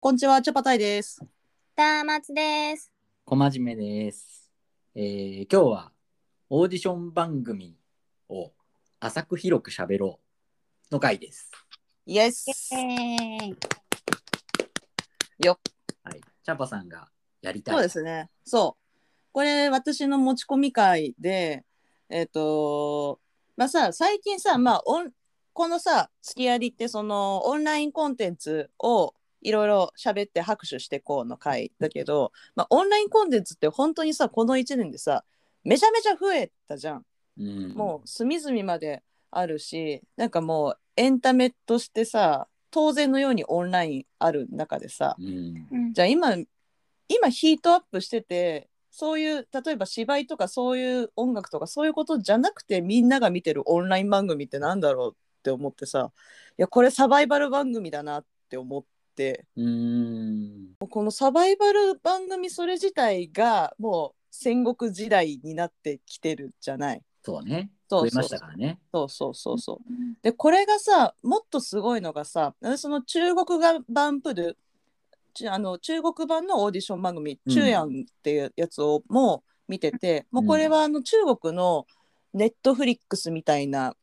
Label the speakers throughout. Speaker 1: こんにちは、チャパタイです。
Speaker 2: たまつです。
Speaker 3: 小真面目です、えー今日はオーディション番組を浅く広く喋ろうの回です。
Speaker 1: イエス。
Speaker 2: イエーイ
Speaker 3: はい、チャパさんがやりたい。
Speaker 1: そうですね。そう。これ、私の持ち込み会で、えっ、と、まあさ、最近さ、まあ、オンこのさ、スキアリって、その、オンラインコンテンツをいろいろ喋って拍手してこうの回だけど、まあ、オンラインコンテンツって本当にさ、この1年でさ、めちゃめちゃ増えたじゃん。
Speaker 3: うん、
Speaker 1: もう隅々まであるしなんかもうエンタメとしてさ当然のようにオンラインある中でさ
Speaker 3: う。ん。
Speaker 2: うん
Speaker 1: じゃあ今今ヒートアップしててそういう例えば芝居とかそういう音楽とかそういうことじゃなくてみんなが見てるオンライン番組ってなんだろうって思ってさいやこれサバイバル番組だなって思って
Speaker 3: うん。
Speaker 1: もうこのサバイバル番組それ自体がもう戦国時代になってきてるじゃない。
Speaker 3: そうね。
Speaker 1: そう
Speaker 3: 増え
Speaker 1: そう
Speaker 3: ましたからね。
Speaker 1: そうそうそうそうでこれがさもっとすごいのがさその中国が版プルちあの中国版のオーディション番組「
Speaker 3: うん
Speaker 1: 中やん」っていうやつをもう見てて、もうこれはあの中国のネットフリックスみたいな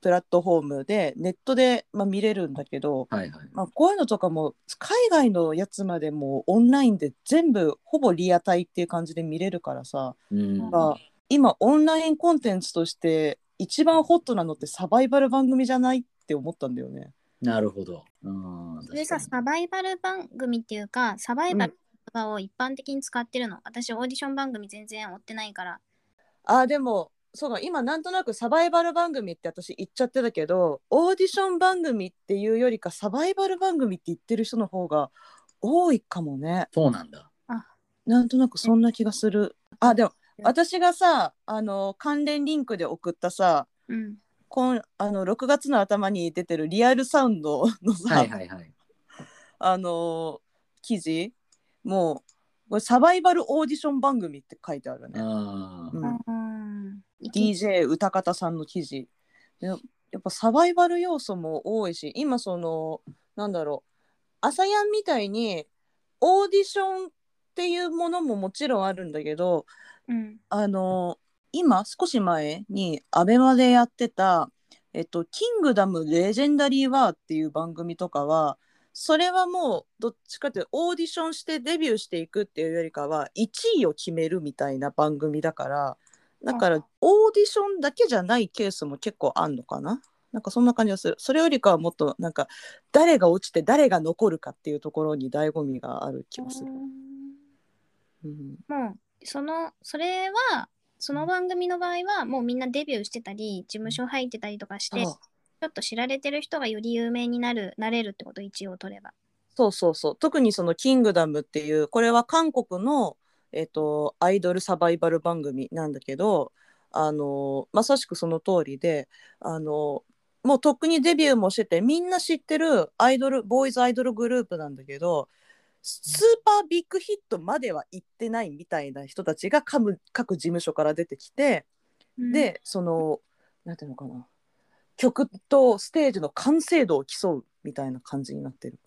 Speaker 1: プラットフォームでネットで、まあ、見れるんだけど、
Speaker 3: はいはい。
Speaker 1: まあ、こういうのとかも海外のやつまでもうオンラインで全部ほぼリアタイっていう感じで見れるからさ
Speaker 3: うん。
Speaker 1: が今オンラインコンテンツとして一番ホットなのってサバイバル番組じゃないって思ったんだよね。
Speaker 3: なるほど。うん。
Speaker 2: それさ、
Speaker 3: 確か
Speaker 2: サバイバル番組っていうか、サバイバル言葉を一般的に使ってるの。私、オーディション番組全然追ってないから。
Speaker 1: あーでもそうか今なんとなくサバイバル番組って私言っちゃってたけどオーディション番組っていうよりかサバイバル番組って言ってる人の方が多いかもね
Speaker 3: にそうなんだ。
Speaker 1: なんとなくそんな気がするあでも私がさあの関連リンクで送ったさ
Speaker 2: うん。
Speaker 1: 今あの6月の頭に出てるリアルサウンドのさ、
Speaker 3: はいはいはい。
Speaker 1: あのー記事もうこれサバイバルオーディション番組って書いてあるね、
Speaker 3: あ
Speaker 1: う
Speaker 3: ー
Speaker 1: ん
Speaker 2: うん。
Speaker 1: DJ 歌方さんの記事でやっぱサバイバル要素も多いし今そのなんだろう朝やんみたいにオーディションっていうものももちろんあるんだけど
Speaker 2: うん。
Speaker 1: あの今少し前にアベマでやってた「えっと、キングダムレジェンダリー・ワー」っていう番組とかはそれはもうどっちかっていうとオーディションしてデビューしていくっていうよりかは1位を決めるみたいな番組だからだからオーディションだけじゃないケースも結構あんのかななんかそんな感じがするそれよりかはもっとなんか誰が落ちて誰が残るかっていうところに醍醐味がある気がする。うん
Speaker 2: もう、その、それは、その番組の場合は、もうみんなデビューしてたり、事務所入ってたりとかして、ち
Speaker 1: そう
Speaker 2: ょっと知られてる人がより有名になる、なれるってこと、一応取れば。
Speaker 1: そうそうそう特にその「キングダム」っていうこれは韓国の、えっとアイドルサバイバル番組なんだけどあのまさしくその通りであのもうとっくにデビューもしててみんな知ってるアイドルボーイズアイドルグループなんだけどスーパービッグヒットまでは行ってないみたいな人たちが各各事務所から出てきて、
Speaker 2: うん、
Speaker 1: でそのなんていうのかな曲とステージの完成度を競うみたいな感じになってる。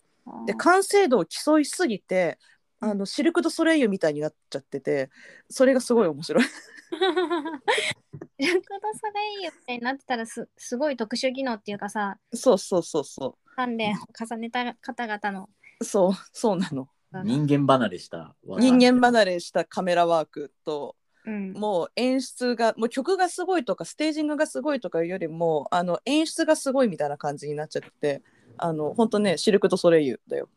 Speaker 1: で完成度を競いすぎてあのシルク・ドゥ・ソレイユみたいになっちゃっててそれがすごい面白い
Speaker 2: ジャクドサがいいよってなってたらすすごい特殊技能っていうかさ
Speaker 1: そうそうそうそ
Speaker 2: 鍛錬を重ねた方々の
Speaker 1: うそうそうなの
Speaker 3: 人間離れした技。
Speaker 1: 人間離れしたカメラワークと
Speaker 2: うん
Speaker 1: もう演出がもう曲がすごいとかステージングがすごいとかいうよりもあの演出がすごいみたいな感じになっちゃってあの本当ねシルク・ドゥ・ソレイユだよ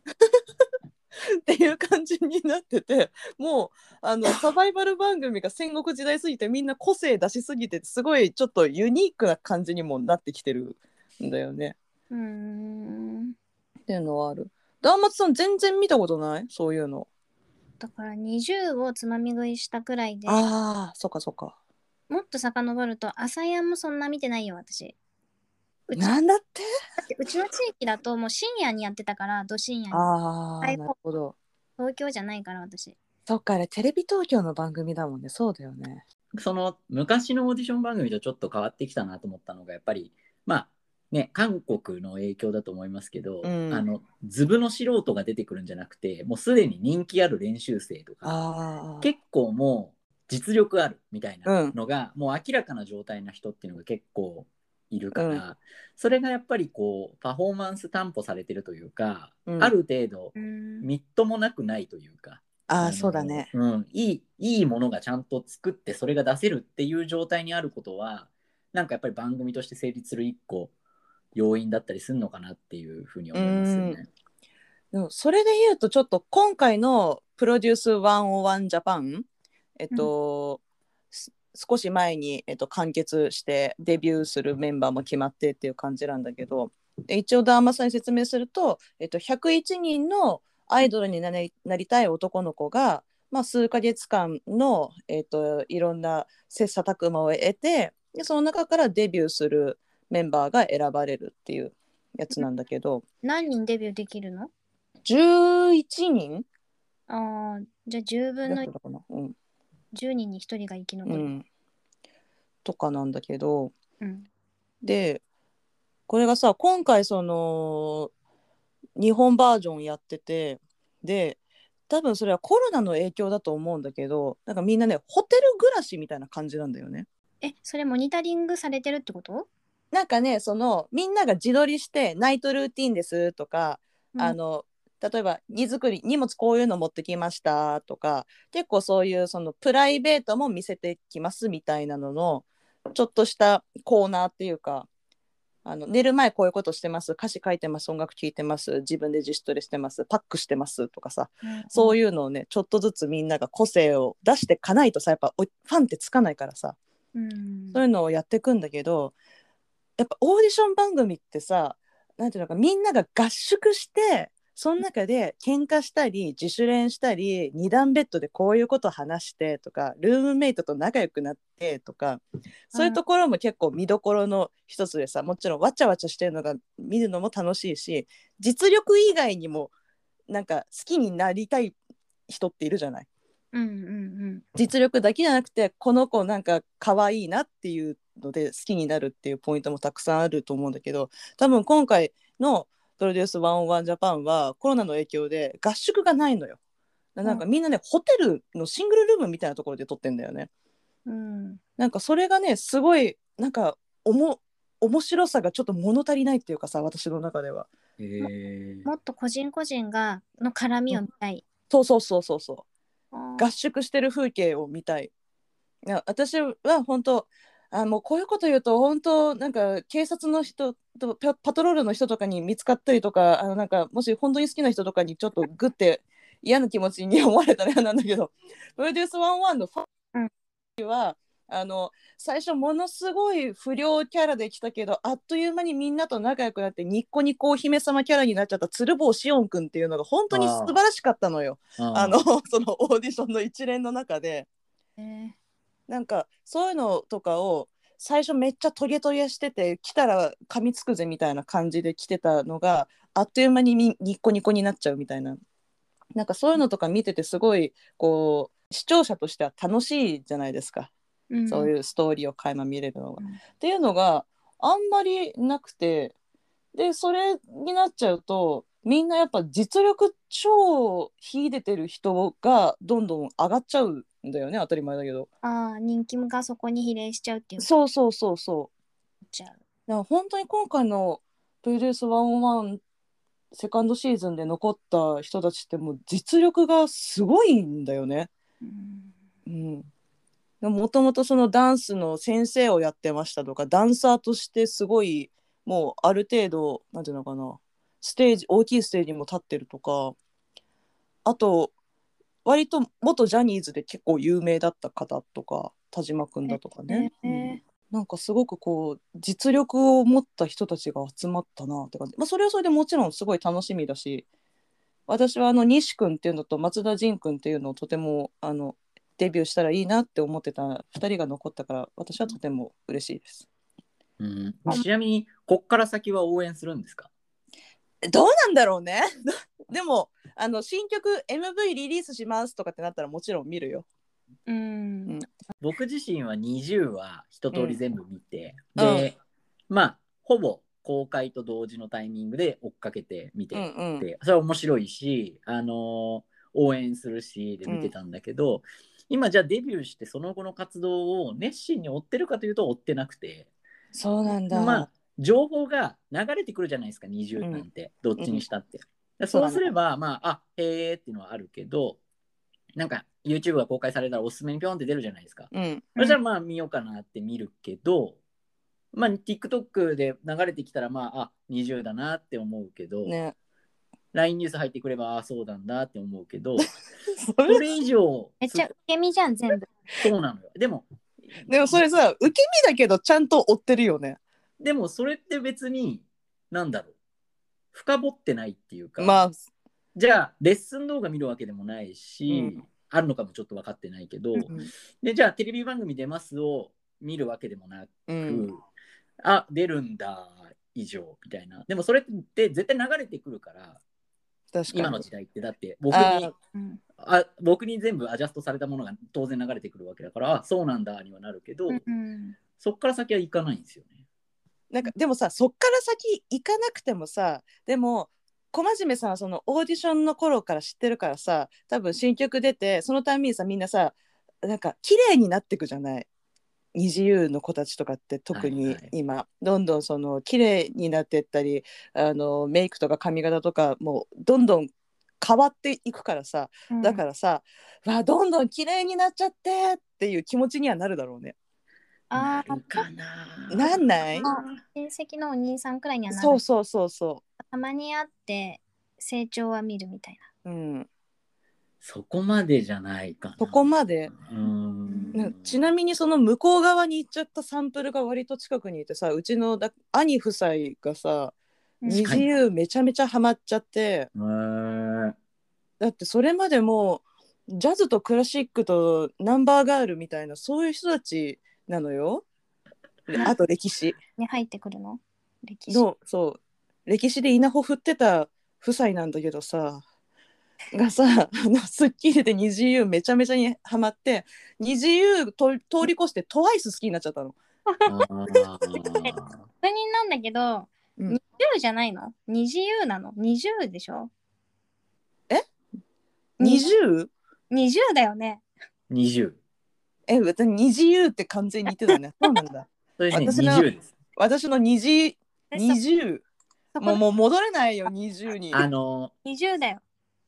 Speaker 1: っていう感じになっててもうあ のサバイバル番組が戦国時代すぎてみんな個性出しすぎてすごいちょっとユニークな感じにもなってきてるんだよね
Speaker 2: うーん
Speaker 1: っていうのはある。ダーマツさん全然見たことないそういうの。
Speaker 2: だから20をつまみ食いしたくらいでも
Speaker 1: ああそっかそっか。
Speaker 2: っと遡ると朝やんもそんな見てないよ私うちだ
Speaker 1: なんだって
Speaker 2: ってうちの地域だともう深夜にやってたからど深夜に
Speaker 1: ああな
Speaker 2: 最
Speaker 1: る
Speaker 2: 高
Speaker 1: ほど。
Speaker 2: 東京じゃないから私
Speaker 1: そっかあれテレビ東京の番組だもんねそうだよね。
Speaker 3: その昔のオーディション番組とちょっと変わってきたなと思ったのがやっぱりまあね、韓国の影響だと思いますけど、
Speaker 1: うん
Speaker 3: あのズブの素人が出てくるんじゃなくてもうすでに人気ある練習生とか
Speaker 1: あ
Speaker 3: 結構もう実力あるみたい
Speaker 1: うん
Speaker 3: なのが、もう明らかな状態な人っていうのが結構いるから、
Speaker 1: う
Speaker 3: それがやっぱりこうパフォーマンス担保されてるというか、
Speaker 1: うん
Speaker 3: ある程度
Speaker 2: うん
Speaker 3: みっともなくないというか。
Speaker 1: あ
Speaker 3: の
Speaker 1: ーそうだね。
Speaker 3: うん、いいいいものがちゃんと作ってそれが出せるっていう状態にあることはなんかやっぱり番組として成立する一個要因だったりするのかなっていうふうに思いますよね。
Speaker 1: でもそれで言うとちょっと今回のプロデュース101ジャパンえっと、す少し前に、えっと、完結してデビューするメンバーも決まってっていう感じなんだけどで一応ダーマさんに説明すると、えっと、101人のアイドルになりなりたい男の子が、まあ、数ヶ月間の、えっと、いろんな切磋琢磨を得てでその中からデビューするメンバーが選ばれるっていうやつなんだけど
Speaker 2: 何人デビューできるの
Speaker 1: 11人
Speaker 2: ああ、じゃあ10分
Speaker 1: だ
Speaker 2: の
Speaker 1: ったかな、うん
Speaker 2: 10人に1人が生き残
Speaker 1: う
Speaker 2: る。
Speaker 1: ん、とかなんだけど
Speaker 2: うん
Speaker 1: でこれがさ今回その日本バージョンやっててで多分それはコロナの影響だと思うんだけどなんかみんなねホテル暮らしみたいな感じなんだよね。
Speaker 2: え、それモニタリングされてるってこと
Speaker 1: なんかねそのみんなが自撮りしてナイトルーティンですとか、あ、の例えば荷造り荷物こういうの持ってきましたとか結構そういうそのプライベートも見せてきますみたいなののちょっとしたコーナーっていうかあの寝る前こういうことしてます歌詞書いてます音楽聴いてます自分で自主トレしてますパックしてますとかさそ
Speaker 2: いう
Speaker 1: いうのをねちょっとずつみんなが個性を出してかないとさやっぱおファンってつかないからさ
Speaker 2: うん。
Speaker 1: そういうのをやっていくんだけどやっぱオーディション番組ってさなんていうのかみんなが合宿してその中で喧嘩したり自主練したり二段ベッドでこういうこと話してとかルームメイトと仲良くなってとかそういうところも結構見どころの一つでさもちろんわちゃわちゃしてるのが見るのも楽しいし実力以外にもなんか好きになりたい人っているじゃない。
Speaker 2: うんうん
Speaker 1: 実力だけじゃなくてこの子なんか可愛いなっていうので好きになるっていうポイントもたくさんあると思うんだけど多分今回の「プロデュース101ジャパン」はコロナの影響で合宿がないのよ。なんかみんなね、ホテルのシングルルームみたいなところで撮ってんだよね。
Speaker 2: うん。うん。
Speaker 1: なんかそれがねすごいなんかおも面白さがちょっと物足りないっていうかさ私の中では。
Speaker 3: へー
Speaker 2: もっと個人個人が、の絡みを見たい。
Speaker 1: そうそうそうそうそう。
Speaker 2: あー
Speaker 1: 合宿してる風景を見たい。いや私は本当あもうこういうこと言うと本当なんか警察の人とパパトロールの人とかに見つかったりとかあのなんかもし本当に好きな人とかにちょっとグって嫌な気持ちに思われたら嫌なんだけど 「プロデュース101」のファ
Speaker 2: う
Speaker 1: ン
Speaker 2: ん
Speaker 1: は、あの最初ものすごい不良キャラで来たけどあっという間にみんなと仲良くなってニッコニコお姫様キャラになっちゃった鶴房しおんくんっていうのが本当に素晴らしかったのよ。あの そのオーディションの一連の中で
Speaker 2: えー
Speaker 1: なんかそういうのとかを最初めっちゃトゲトゲしてて来たら噛みつくぜみたいな感じで来てたのがあっという間にみニッコニコになっちゃうみたいななんかそういうのとか見ててすごいこう視聴者としては楽しいじゃないですか、
Speaker 2: うん
Speaker 1: そういうストーリーを垣間見れるのが。
Speaker 2: うん
Speaker 1: っていうのがあんまりなくてでそれになっちゃうとみんなやっぱ実力超秀でてる人がどんどん上がっちゃうんだよね当たり前だけど
Speaker 2: ああ、人気がそこに比例しちゃうっていう。
Speaker 1: そうそうそうそう
Speaker 2: ちゃう。
Speaker 1: だから本当に今回の「プロデュース101」セカンドシーズンで残った人たちってもう実力がすごいんだよね。
Speaker 2: うん
Speaker 1: うんもともとそのダンスの先生をやってましたとかダンサーとしてすごいもうある程度なんていうのかなステージ大きいステージにも立ってるとかあと割と元ジャニーズで結構有名だった方とか田島君だとかね、
Speaker 2: えー
Speaker 1: うんなんかすごくこう実力を持った人たちが集まったなって感じ、まあ、それはそれでもちろんすごい楽しみだし私はあの西君っていうのと松田迅君っていうのをとてもあのデビューしたらいいなって思ってた2人が残ったから私はとても嬉しいです。
Speaker 3: うんちなみにこっから先は応援するんですか
Speaker 1: どうなんだろうね でもあの新曲 MV リリースしますとかってなったらもちろん見るよ。
Speaker 2: うん。
Speaker 3: 僕自身は20は一通り全部見て、
Speaker 1: うん
Speaker 3: で、まあほぼ公開と同時のタイミングで追っかけて見て
Speaker 1: うんうん
Speaker 3: ってそれは面白いし、あの応援するしで見てたんだけど、今じゃあデビューしてその後の活動を熱心に追ってるかというと追ってなくて
Speaker 1: そうなんだ、
Speaker 3: まあ情報が流れてくるじゃないですか20なんて、どっちにしたって。
Speaker 1: そ
Speaker 3: で
Speaker 1: う
Speaker 3: そ
Speaker 1: だ
Speaker 3: う
Speaker 1: ね
Speaker 3: すれば、まああへーっていうのはあるけどなんか YouTube が公開されたらおすすめにピョンって出るじゃないですか。
Speaker 1: うん
Speaker 3: そしたらまあ見ようかなって見るけど、まあ TikTok で流れてきたらまああ20だなって思うけど、
Speaker 1: ね
Speaker 3: LINE ニュース入ってくればあそうなんだって思う けど
Speaker 1: そ
Speaker 3: そ
Speaker 1: れ
Speaker 3: れ以上
Speaker 2: めっちゃ受け身じゃん、全部。
Speaker 3: そそうなのよでも
Speaker 1: でもそれさ受け身だけどちゃんと追ってるよね
Speaker 3: でもそれって別になんだろう深掘ってないっていうか、
Speaker 1: まあ
Speaker 3: じゃあレッスン動画見るわけでもないし、
Speaker 1: うん
Speaker 3: あるのかもちょっと分かってないけど、
Speaker 1: うん
Speaker 3: でじゃあテレビ番組出ますを見るわけでもなく、
Speaker 1: うん
Speaker 3: あ出るんだ以上みたいなでもそれって絶対流れてくるから
Speaker 1: 確かに
Speaker 3: 今の時代ってだって僕
Speaker 1: あ
Speaker 3: に
Speaker 1: ー
Speaker 2: うん
Speaker 3: あ僕に全部アジャストされたものが当然流れてくるわけだからあそうなんだにはなるけど、
Speaker 2: うん
Speaker 3: そっから先はいかないんですよね。
Speaker 1: なんかでもさそっから先行かなくてもさでも小真面目さんはそのオーディションの頃から知ってるからさ多分新曲出てそのたびにさみんなさなんか綺麗になってくじゃない二自由の子たちとかって特
Speaker 3: はい
Speaker 1: に
Speaker 3: はい
Speaker 1: 今、どんどんその綺麗になってったりあのメイクとか髪型とかもうどんどん変わっていくからさ
Speaker 2: うん
Speaker 1: だからさ、わあどんどん綺麗になっちゃってっていう気持ちにはなるだろうね。
Speaker 2: あ
Speaker 3: な
Speaker 2: ー
Speaker 3: るかな。
Speaker 1: なんない
Speaker 2: 親戚のお兄さんくらいにはな
Speaker 1: そう
Speaker 2: る
Speaker 1: そうそうそ。
Speaker 2: たまに会って成長は見るみたいう
Speaker 1: うん、
Speaker 3: そこまでじゃないかな。
Speaker 1: そこまで
Speaker 3: うーん
Speaker 1: なちなみにその向こう側に行っちゃったサンプルが割と近くにいてさうちのだ兄夫妻がさ
Speaker 2: な。
Speaker 1: 二自由めちゃめちゃハマっちゃって
Speaker 3: へー
Speaker 1: だってそれまでもうジャズとクラシックとナンバーガールみたいなそういう人たちなのよであと歴史
Speaker 2: に入ってくるの歴史。
Speaker 1: のそう歴史で稲穂振ってた夫妻なんだけどさがさ「あのスッキリ」で二自由めちゃめちゃにハマって二自由と通り越して TWICE 好きになっちゃったの。
Speaker 3: あー
Speaker 2: 確認なんだけど、
Speaker 1: うん
Speaker 2: 20じゃないの ?20 なの ?20 でしょ
Speaker 1: え
Speaker 2: ?20?20
Speaker 1: 20?
Speaker 2: だよね。
Speaker 3: 20。
Speaker 1: え、私、二次優って完全に言って たね。そうなんだ。
Speaker 3: それね、
Speaker 1: 私の
Speaker 3: 20です。
Speaker 1: 私の二次、二十。
Speaker 2: そ
Speaker 1: もう、
Speaker 2: こ
Speaker 1: もう戻れないよ、二十に。
Speaker 3: あの、
Speaker 2: 20だよ。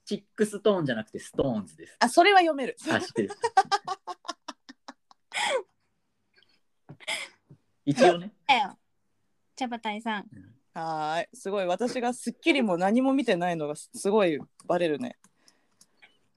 Speaker 3: チックストーンじゃなくてストーンズです。
Speaker 1: あ、それは読める。
Speaker 3: あ、知ってる。一応ね。
Speaker 2: だよ。チャバタイさん。
Speaker 1: はーい、すごい、私がスッキリも何も見てないのが、すすごいバレるね。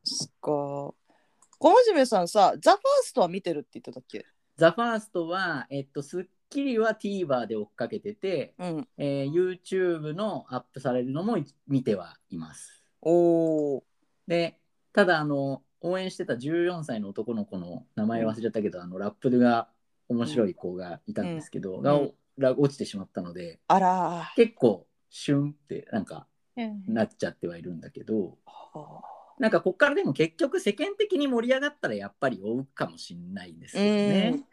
Speaker 1: すっごい。小真面目さんさ、ザファーストは見てるって言ってたっけ。
Speaker 3: ザ・ファーストは、えっと、スッキリは TVer で追っかけてて、
Speaker 1: うん。
Speaker 3: えー YouTube のアップされるのも見てはいます。
Speaker 1: おお。
Speaker 3: で、ただ、あの、応援してた14歳の男の子の名前忘れちゃったけど、あのラップが面白い子がいたんですけど、が
Speaker 1: うん
Speaker 3: ら落ちてしまったので、
Speaker 1: あら
Speaker 3: 結構、シュンってなんか
Speaker 2: うん。
Speaker 3: なっちゃってはいるんだけど、
Speaker 1: ー。
Speaker 3: なんかこっからでも結局世間的に盛り上がったらやっぱり追うかもしんないんですよね。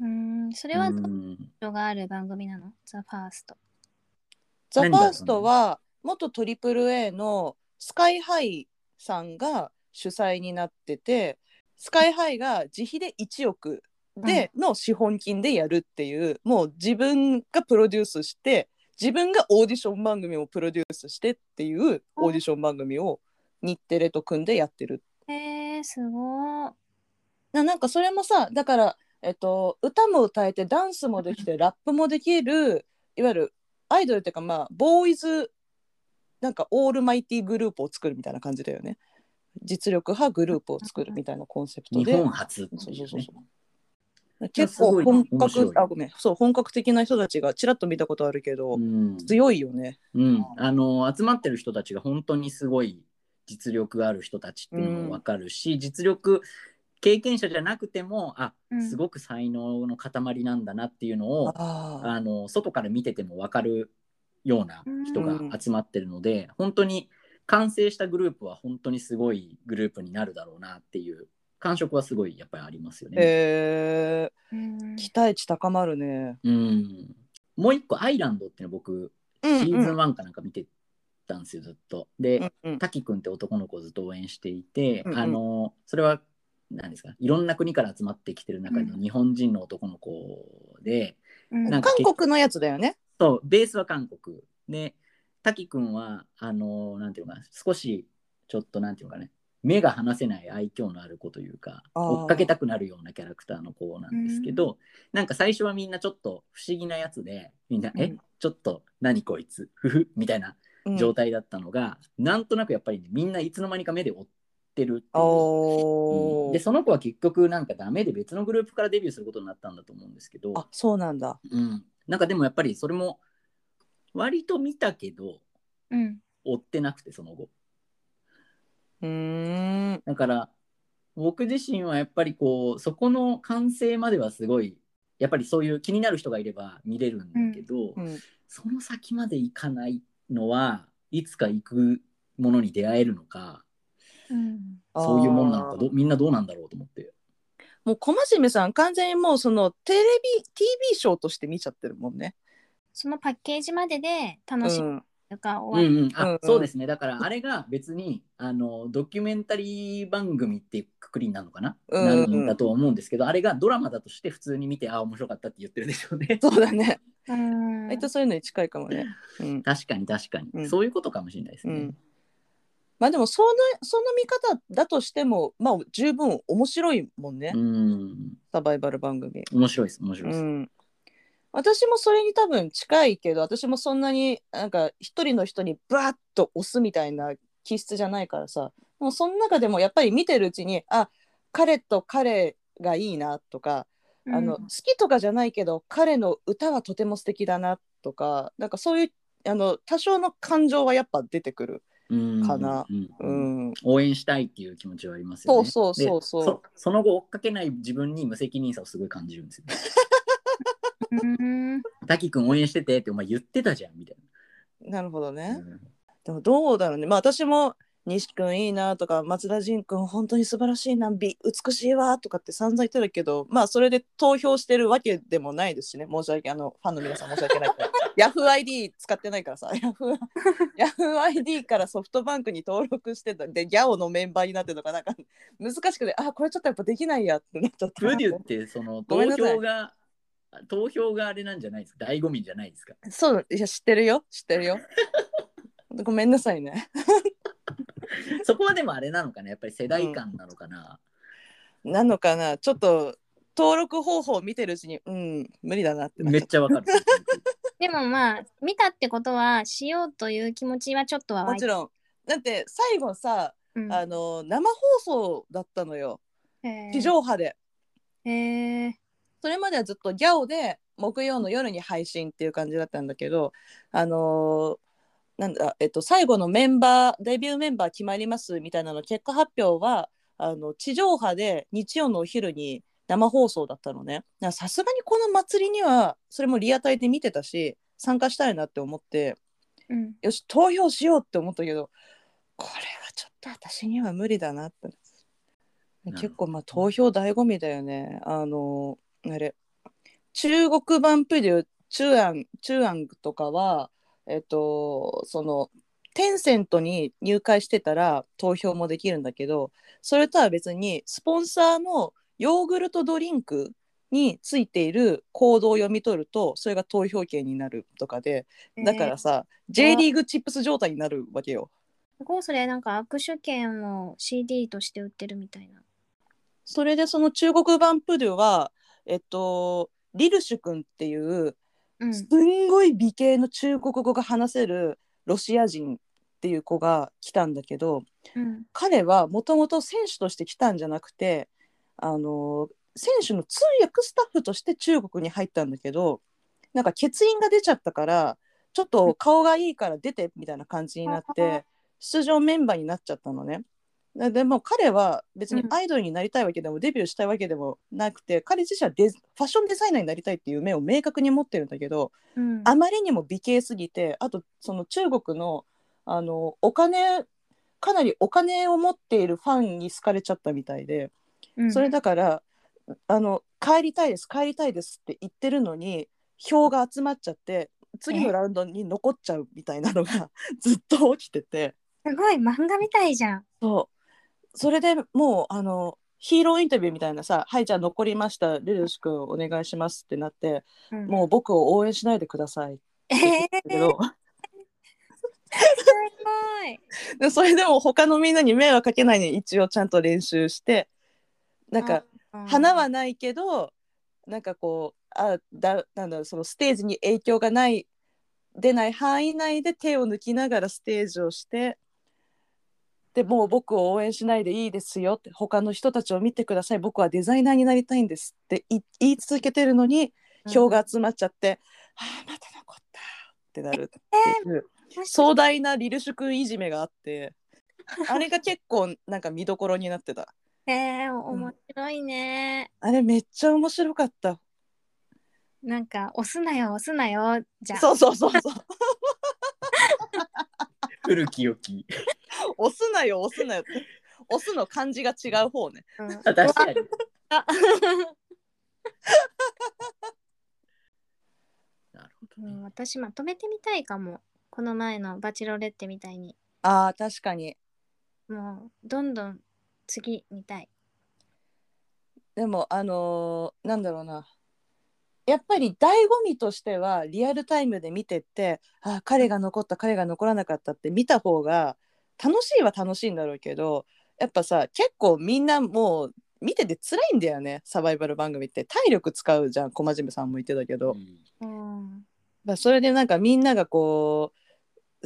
Speaker 1: うん
Speaker 2: うん。それはどこがある番組なのザ・ファースト。
Speaker 1: ザ・ファ
Speaker 3: 何だろうね
Speaker 1: ーストは元 AAA のスカイハイさんが主催になっててスカイハイが自費で1億での資本金でやるっていう、もう自分がプロデュースして自分がオーディション番組をプロデュースしてっていうオーディション番組を日テレと組んでやってる
Speaker 2: えー、すごー。
Speaker 1: ななんかそれもさだから、えっと、歌も歌えてダンスもでき てラップもできるいわゆるアイドルっていうかまあボーイズなんかオールマイティグループを作るみたいな感じだよね実力派グループを作るみたいなコンセプト
Speaker 3: 日
Speaker 1: で
Speaker 3: 本初って
Speaker 1: そ
Speaker 3: いうう
Speaker 1: そう
Speaker 3: ね
Speaker 1: そうそう結構
Speaker 3: いやすごい
Speaker 1: 本
Speaker 3: ね面白
Speaker 1: 格
Speaker 3: い
Speaker 1: あごめんそう本格的な人たちがちらっと見たことあるけど、
Speaker 3: うん
Speaker 1: 強いよね
Speaker 3: うん、あの集まってる人たちが本当にすごい実力がある人たちっていうのも分かるし、実力経験者じゃなくてもあ
Speaker 2: うん
Speaker 3: すごく才能の塊なんだなっていうのを、
Speaker 1: ああ
Speaker 3: あの外から見てても分かるような人が集まってるので、本当に完成したグループは本当にすごいグループになるだろうなっていう感触はすごいやっぱりありますよね。
Speaker 1: えー
Speaker 2: うん
Speaker 1: 期待値高まるね
Speaker 3: うんもう一個「アイランド」っていうの僕
Speaker 1: う
Speaker 3: シ
Speaker 1: ん
Speaker 3: ーズン
Speaker 1: う
Speaker 3: 1かなんか見てたんですよずっと。で、
Speaker 1: んうん
Speaker 3: 滝くんって男の子をずっと応援していて、
Speaker 1: うんうん
Speaker 3: あのそれは何ですかいろんな国から集まってきてる中の日本人の男の子で、
Speaker 2: うん
Speaker 3: なんか
Speaker 1: 韓国のやつだよね。
Speaker 3: そうベースは韓国で滝くんはあのなんていうのかな少しちょっとなんていうのかね目が離せない愛嬌のある子というか
Speaker 1: あー
Speaker 3: 追っかけたくなるようなキャラクターの子なんですけど、なんか最初はみんなちょっと不思議なやつでみんな「
Speaker 1: うん
Speaker 3: えちょっと何こいつふふ」みたいな
Speaker 1: うん、
Speaker 3: 状態だったのが、なんとなくやっぱりね、みんないつの間にか目で追ってるっていう
Speaker 1: お
Speaker 3: うん
Speaker 1: ー
Speaker 3: でその子は結局なんかダメで別のグループからデビューすることになったんだと思うんですけど、
Speaker 1: あそうなんだ。
Speaker 3: うん、なんかでもやっぱりそれも割と見たけど
Speaker 2: うん。
Speaker 3: 追ってなくてその後
Speaker 1: うーん。
Speaker 3: だから僕自身はやっぱりこうそこの完成まではすごいやっぱりそういう気になる人がいれば見れるんだけど、
Speaker 1: うん
Speaker 3: その先まで行かないのはいつか行くものに出会えるのか
Speaker 2: うん。
Speaker 3: そういうもんなの
Speaker 1: あ
Speaker 3: か
Speaker 1: ー
Speaker 3: どみんなどうなんだろうと思って
Speaker 1: もう小真面目さん完全にもうそのテレビ TV ショーとして見ちゃってるもんね。
Speaker 2: そのパッケージまでで
Speaker 1: う
Speaker 2: 楽しむ
Speaker 1: ん、
Speaker 2: とか
Speaker 3: う
Speaker 2: 終わ
Speaker 3: んうんあ、
Speaker 1: うんうん
Speaker 3: そうですねだからあれが別にあのドキュメンタリー番組っていうくくりになるのかな、
Speaker 1: うんうん
Speaker 3: なるんだと思うんですけどあれがドラマだとして普通に見てあ面白かったって言ってるでしょう ね
Speaker 1: そうだね。
Speaker 2: る。うん。
Speaker 1: 割とそういうのに近いかも ね。うん、
Speaker 3: 確かに確かに、
Speaker 1: うん
Speaker 3: そういうことかもしれないです
Speaker 1: う
Speaker 3: ね、
Speaker 1: んまあでもそのその見方だとしてもまあ十分面白いもんね、
Speaker 3: うん
Speaker 1: サバイバル番組。
Speaker 3: 面白いです面白いうです、
Speaker 1: ん、私もそれに多分近いけど私もそんなになんか一人の人にバーッと押すみたいな気質じゃないからさでもその中でもやっぱり見てるうちにあ彼と彼がいいなとかあの好きとかじゃないけど彼の歌はとても素敵だなとかなんかそういうあの多少の感情はやっぱ出てくる。
Speaker 3: うん
Speaker 1: かな
Speaker 3: う
Speaker 1: う
Speaker 3: ん
Speaker 1: ん、
Speaker 3: 応援したいっていう気持ちはありますよね
Speaker 1: そうそうそうそう
Speaker 3: でそその後追っかけない自分に無責任さをすごい感じるんですよ
Speaker 2: うん。
Speaker 3: 滝くん応援しててってお前言ってたじゃんみたい
Speaker 1: なるほど
Speaker 3: な、
Speaker 1: ね。
Speaker 3: うん
Speaker 1: でもどうだろうね。まあ私も西君いいなとか松田迅君本当に素晴らしいな美美しいわとかって散々言ってたけどまあそれで投票してるわけでもないですしね申し訳あのファンの皆さん申し訳ないから YahooID 使ってないからさ Yahoo YahooID からソフトバンクに登録してたでギャオのメンバーになってるのかなんか難しくてあこれちょっとやっぱできないやってなっちゃった
Speaker 3: プデュってその
Speaker 1: ごめん
Speaker 3: 投
Speaker 1: なさい
Speaker 3: 票が投票があれなんじゃないですか醍醐味じゃないですか
Speaker 1: そういや知ってるよ知ってるよ ごめんなさいね
Speaker 3: そこはでもあれなのかなやっぱり世代間なのかな、
Speaker 1: なのかなちょっと登録方法を見てるうちにうん無理だなってなっ
Speaker 3: め
Speaker 1: ちゃ
Speaker 3: っちゃわかる
Speaker 2: でもまあ、見たってことは、しようという気持ちはちょっとは
Speaker 1: うも
Speaker 2: 湧い
Speaker 1: ち
Speaker 2: て。
Speaker 1: ろんだって最後さ、
Speaker 2: うん
Speaker 1: あの生放送だったのよ
Speaker 2: へー
Speaker 1: 地上波で
Speaker 2: へえ。
Speaker 1: それまではずっとギャオで木曜の夜に配信っていう感じだったんだけどあのーなんだえっと最後のメンバーデビューメンバー決まりますみたいなの結果発表はあの地上波で日曜のお昼に生放送だったのねだからさすがにこの祭りにはそれもリアタイで見てたし参加したいなって思って
Speaker 2: うん。
Speaker 1: よし投票しようって思ったけどこれはちょっと私には無理だなって
Speaker 3: なるほど
Speaker 1: 結構まあ投票醍醐味だよねあのあれ中国版プデュー中安中安とかはえっとそのテンセントに入会してたら投票もできるんだけどそれとは別にスポンサーのヨーグルトドリンクについているコードを読み取るとそれが投票権になるとかでだからさ、J リーグチップス状態になるわけよ。
Speaker 2: すごいそれなんか握手券を CD として売ってるみたいな。
Speaker 1: それでその中国版プデュは、えっと、リルシュ君っていう
Speaker 2: うん。
Speaker 1: すんごい美形の中国語が話せるロシア人っていう子が来たんだけど
Speaker 2: うん。
Speaker 1: 彼はもともと選手として来たんじゃなくてあの選手の通訳スタッフとして中国に入ったんだけどなんか欠員が出ちゃったからちょっと顔がいいから出てみたいな感じになって出場メンバーになっちゃったのね。ででも彼は別にアイドルになりたいわけでも、デビューしたいわけでもなくて彼自身はデファッションデザイナーになりたいっていう夢を明確に持ってるんだけど、
Speaker 2: うん。
Speaker 1: あまりにも美形すぎてあとその中国のあのお金かなりお金を持っているファンに好かれちゃったみたいで、
Speaker 2: うん
Speaker 1: それだからあの帰りたいです帰りたいですって言ってるのに票が集まっちゃって次のラウンドに残っちゃうみたいなのが ずっと起きてて
Speaker 2: すごい漫画みたいじゃん。
Speaker 1: そうそれでもうあのヒーローインタビューみたいなさ「はいじゃあ残りましたルルシ君お願いします」ってなって「もう僕を応援しないでください」って
Speaker 2: うん、
Speaker 1: 言
Speaker 2: え
Speaker 1: ってたけ
Speaker 2: ー、
Speaker 1: ど、
Speaker 2: すごい。
Speaker 1: でそれでも他のみんなに迷惑かけないように一応ちゃんと練習してなんか
Speaker 2: あ、
Speaker 1: 花はないけどなんかこうあだなんだろうそのステージに影響がない出ない範囲内で手を抜きながらステージをしてでもう僕を応援しないでいいですよって他の人たちを見てください僕はデザイナーになりたいんですってい言い続けてるのに
Speaker 2: うん
Speaker 1: 票が集まっちゃって、あーまた残ったってなるっていう壮大なリルシュ君いじめがあってあれが結構なんか見どころになってた。
Speaker 2: えー、面白いね。
Speaker 1: あれめっちゃ面白かった。
Speaker 2: なんか、押すなよ、押すなよ、じゃん
Speaker 1: そうそうそうそう。
Speaker 3: 古き良き。
Speaker 1: 押すなよ押すなよって押すの漢字が違う方ね
Speaker 2: うん
Speaker 3: あ確 かに。
Speaker 2: あ
Speaker 3: なるほ
Speaker 2: う
Speaker 3: どね
Speaker 2: ん、私まとめてみたいかも。この前のバチロレッテみたいに。
Speaker 1: あー確かに
Speaker 2: もう、どんどん次見たい。
Speaker 1: でもあのーなんだろうなやっぱり醍醐味としてはリアルタイムで見てってあー彼が残った彼が残らなかったって見た方が楽しいは楽しいんだろうけどやっぱさ結構みんなもう見てて辛いんだよねサバイバル番組って体力使うじゃん小真面目さんも言ってたけど、
Speaker 3: うん
Speaker 2: うん。
Speaker 1: まあ、それでなんかみんながこう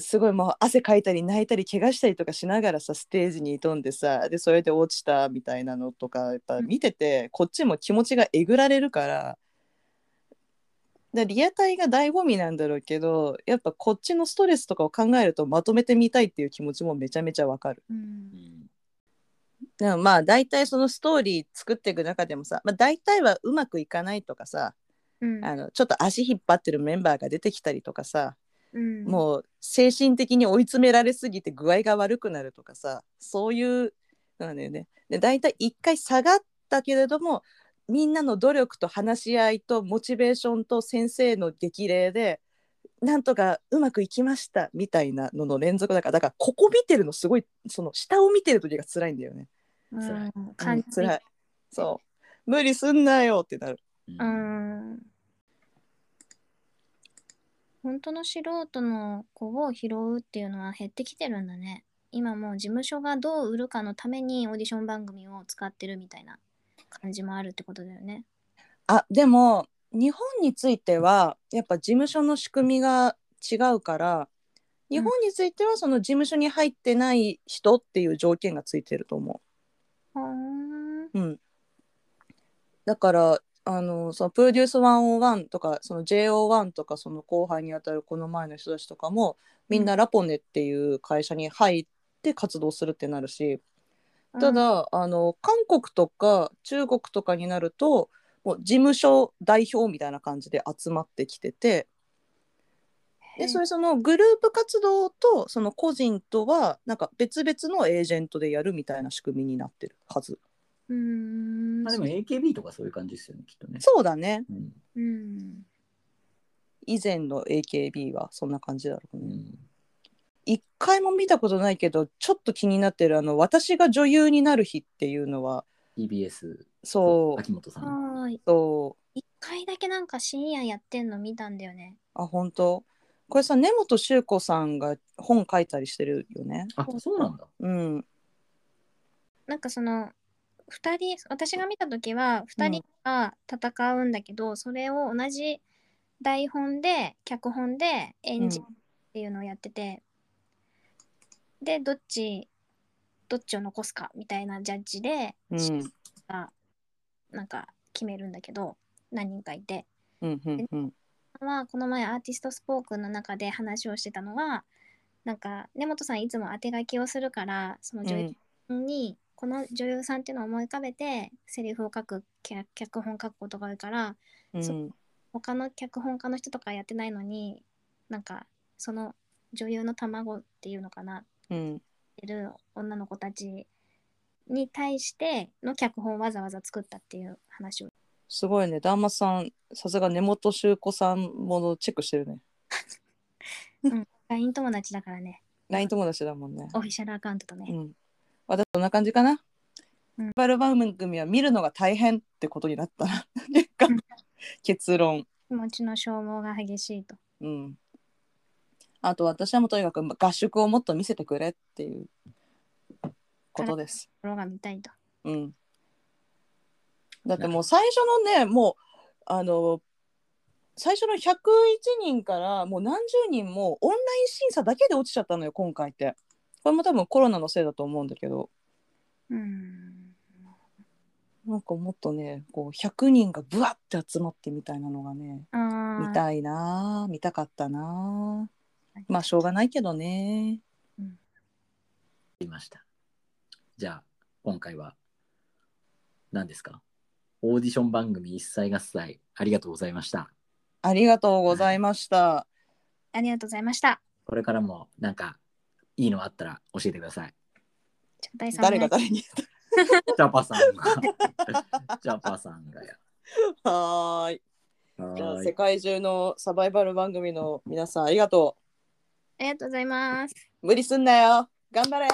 Speaker 1: すごいもう汗かいたり泣いたり怪我したりとかしながらさステージに挑んでさでそれで落ちたみたいなのとかやっぱ見ててこっちも気持ちがえぐられるから。だリアタイが醍醐味なんだろうけどやっぱこっちのストレスとかを考えるとまとめてみたいっていう気持ちもめちゃめちゃわかる。
Speaker 2: う。
Speaker 3: うんん
Speaker 1: でもまあ大体そのストーリー作っていく中でもさ、まあ、大体はうまくいかないとかさ
Speaker 2: うん
Speaker 1: あのちょっと足引っ張ってるメンバーが出てきたりとかさ
Speaker 2: うん、
Speaker 1: もう精神的に追い詰められすぎて具合が悪くなるとかさそういうのなんだよね。で大体一回下がったけれどもみんなの努力と話し合いとモチベーションと先生の激励でなんとかうまくいきましたみたいなのの連続だからだからここ見てるのすごいその下を見てる時が辛いんだよね。
Speaker 2: う
Speaker 3: 辛い
Speaker 2: ん、感じ、
Speaker 1: 辛い。そう無理すんなよってなる。
Speaker 3: うん
Speaker 2: うん。本当の素人の子を拾うっていうのは減ってきてるんだね。今もう事務所がどう売るかのためにオーディション番組を使ってるみたいな感じもあるってことだよね。
Speaker 1: あでも日本についてはやっぱ事務所の仕組みが違うから日本についてはその事務所に入ってない人っていう条件がついてると思
Speaker 2: ほーん。
Speaker 1: う。うん、だからあのそのプロデュース101とかその JO1 とかその後輩にあたるこの前の人たちとかもみんなラポネっていう会社に入って活動するってなるし、ただ、あの韓国とか中国とかになるともう事務所代表みたいな感じで集まってきてて
Speaker 2: へえ
Speaker 1: でそれそのグループ活動とその個人とはなんか別々のエージェントでやるみたいな仕組みになってるはず
Speaker 2: うん。
Speaker 3: まあでも AKB とかそういう感じですよね、きっとね。
Speaker 1: そうだね
Speaker 3: うん
Speaker 2: うん。
Speaker 1: 以前の AKB はそんな感じだろう
Speaker 3: う
Speaker 1: ね
Speaker 3: ん
Speaker 1: 一回も見たことないけどちょっと気になってるあの私が女優になる日っていうのは
Speaker 3: TBS、
Speaker 1: そう
Speaker 3: 秋元さん。
Speaker 2: はーい。
Speaker 1: そう
Speaker 2: 一回だけなんか深夜やってんの見たんだよね。
Speaker 1: あ本当これさ根本周子さんが本書いたりしてるよね
Speaker 3: あ、そうなんだ。
Speaker 1: うん
Speaker 2: なんかその2人私が見た時は2人が戦うんだけど、それを同じ台本で脚本で演じ
Speaker 1: う
Speaker 2: っ
Speaker 1: ん
Speaker 2: ていうのをやってて、でどっちどっちを残すかみたいなジャッジで、
Speaker 1: うん
Speaker 2: がなんか決めるんだけど何人かいて。
Speaker 1: うんうんうん
Speaker 2: はこの前アーティストスポークの中で話をしてたのはなんか根本さんいつも当て書きをするからその女優さんに、この女優さんっていうのを思い浮かべてセリフを書く脚脚本書くことが多いから
Speaker 1: う
Speaker 2: そ
Speaker 1: ん
Speaker 2: 他の脚本家の人とかやってないのになんかその女優の卵っていうのかな
Speaker 1: うん
Speaker 2: ってる女の子たちに対しての脚本をわざわざ作ったっていう話を
Speaker 1: すごいね。ダーマさん、さすが根本修子さんものチェックしてるね。
Speaker 2: LINE 友達だからね、
Speaker 1: LINE 友達だもんね。
Speaker 2: オフィシャルアカウントと
Speaker 1: う
Speaker 2: ね。
Speaker 1: ん。私、そんな感じかな。
Speaker 2: うん
Speaker 1: バル番組は見るのが大変ってことになったな。結果
Speaker 2: うん、
Speaker 1: 結論。
Speaker 2: 気持ちの消耗が激しいと。
Speaker 1: うん。あと、私はもうとにかく合宿をもっと見せてくれっていうことです。
Speaker 2: 心が見たいと。
Speaker 1: うん。だってもう最初のね、もう、あの、最初の101人からもう何十人もオンライン審査だけで落ちちゃったのよ、今回って。これも多分コロナのせいだと思うんだけど、
Speaker 2: うん。
Speaker 1: なんかもっとね、こう100人がブワッて集まってみたいなのがね、
Speaker 2: ああ。
Speaker 1: 見たいなあ見たかったなあまあしょうがないけどね。
Speaker 3: いました。じゃあ、今回は、何ですかオーディション番組一切合切ありがとうございました。
Speaker 1: ありがとうございました。
Speaker 2: ありがとうございました。
Speaker 3: これからも、なんか、いいのあったら教えてください。
Speaker 2: ちょ大さんお
Speaker 1: 誰
Speaker 2: 願い
Speaker 1: が誰に
Speaker 3: ジャパさんが。ジャパさんがや。
Speaker 1: はーい。じゃあ
Speaker 3: はー
Speaker 1: 世
Speaker 3: い。
Speaker 1: 界中のサバイバル番組の皆さんありがとう。
Speaker 2: ありがとうございます。
Speaker 1: 無理すんなよ頑張れ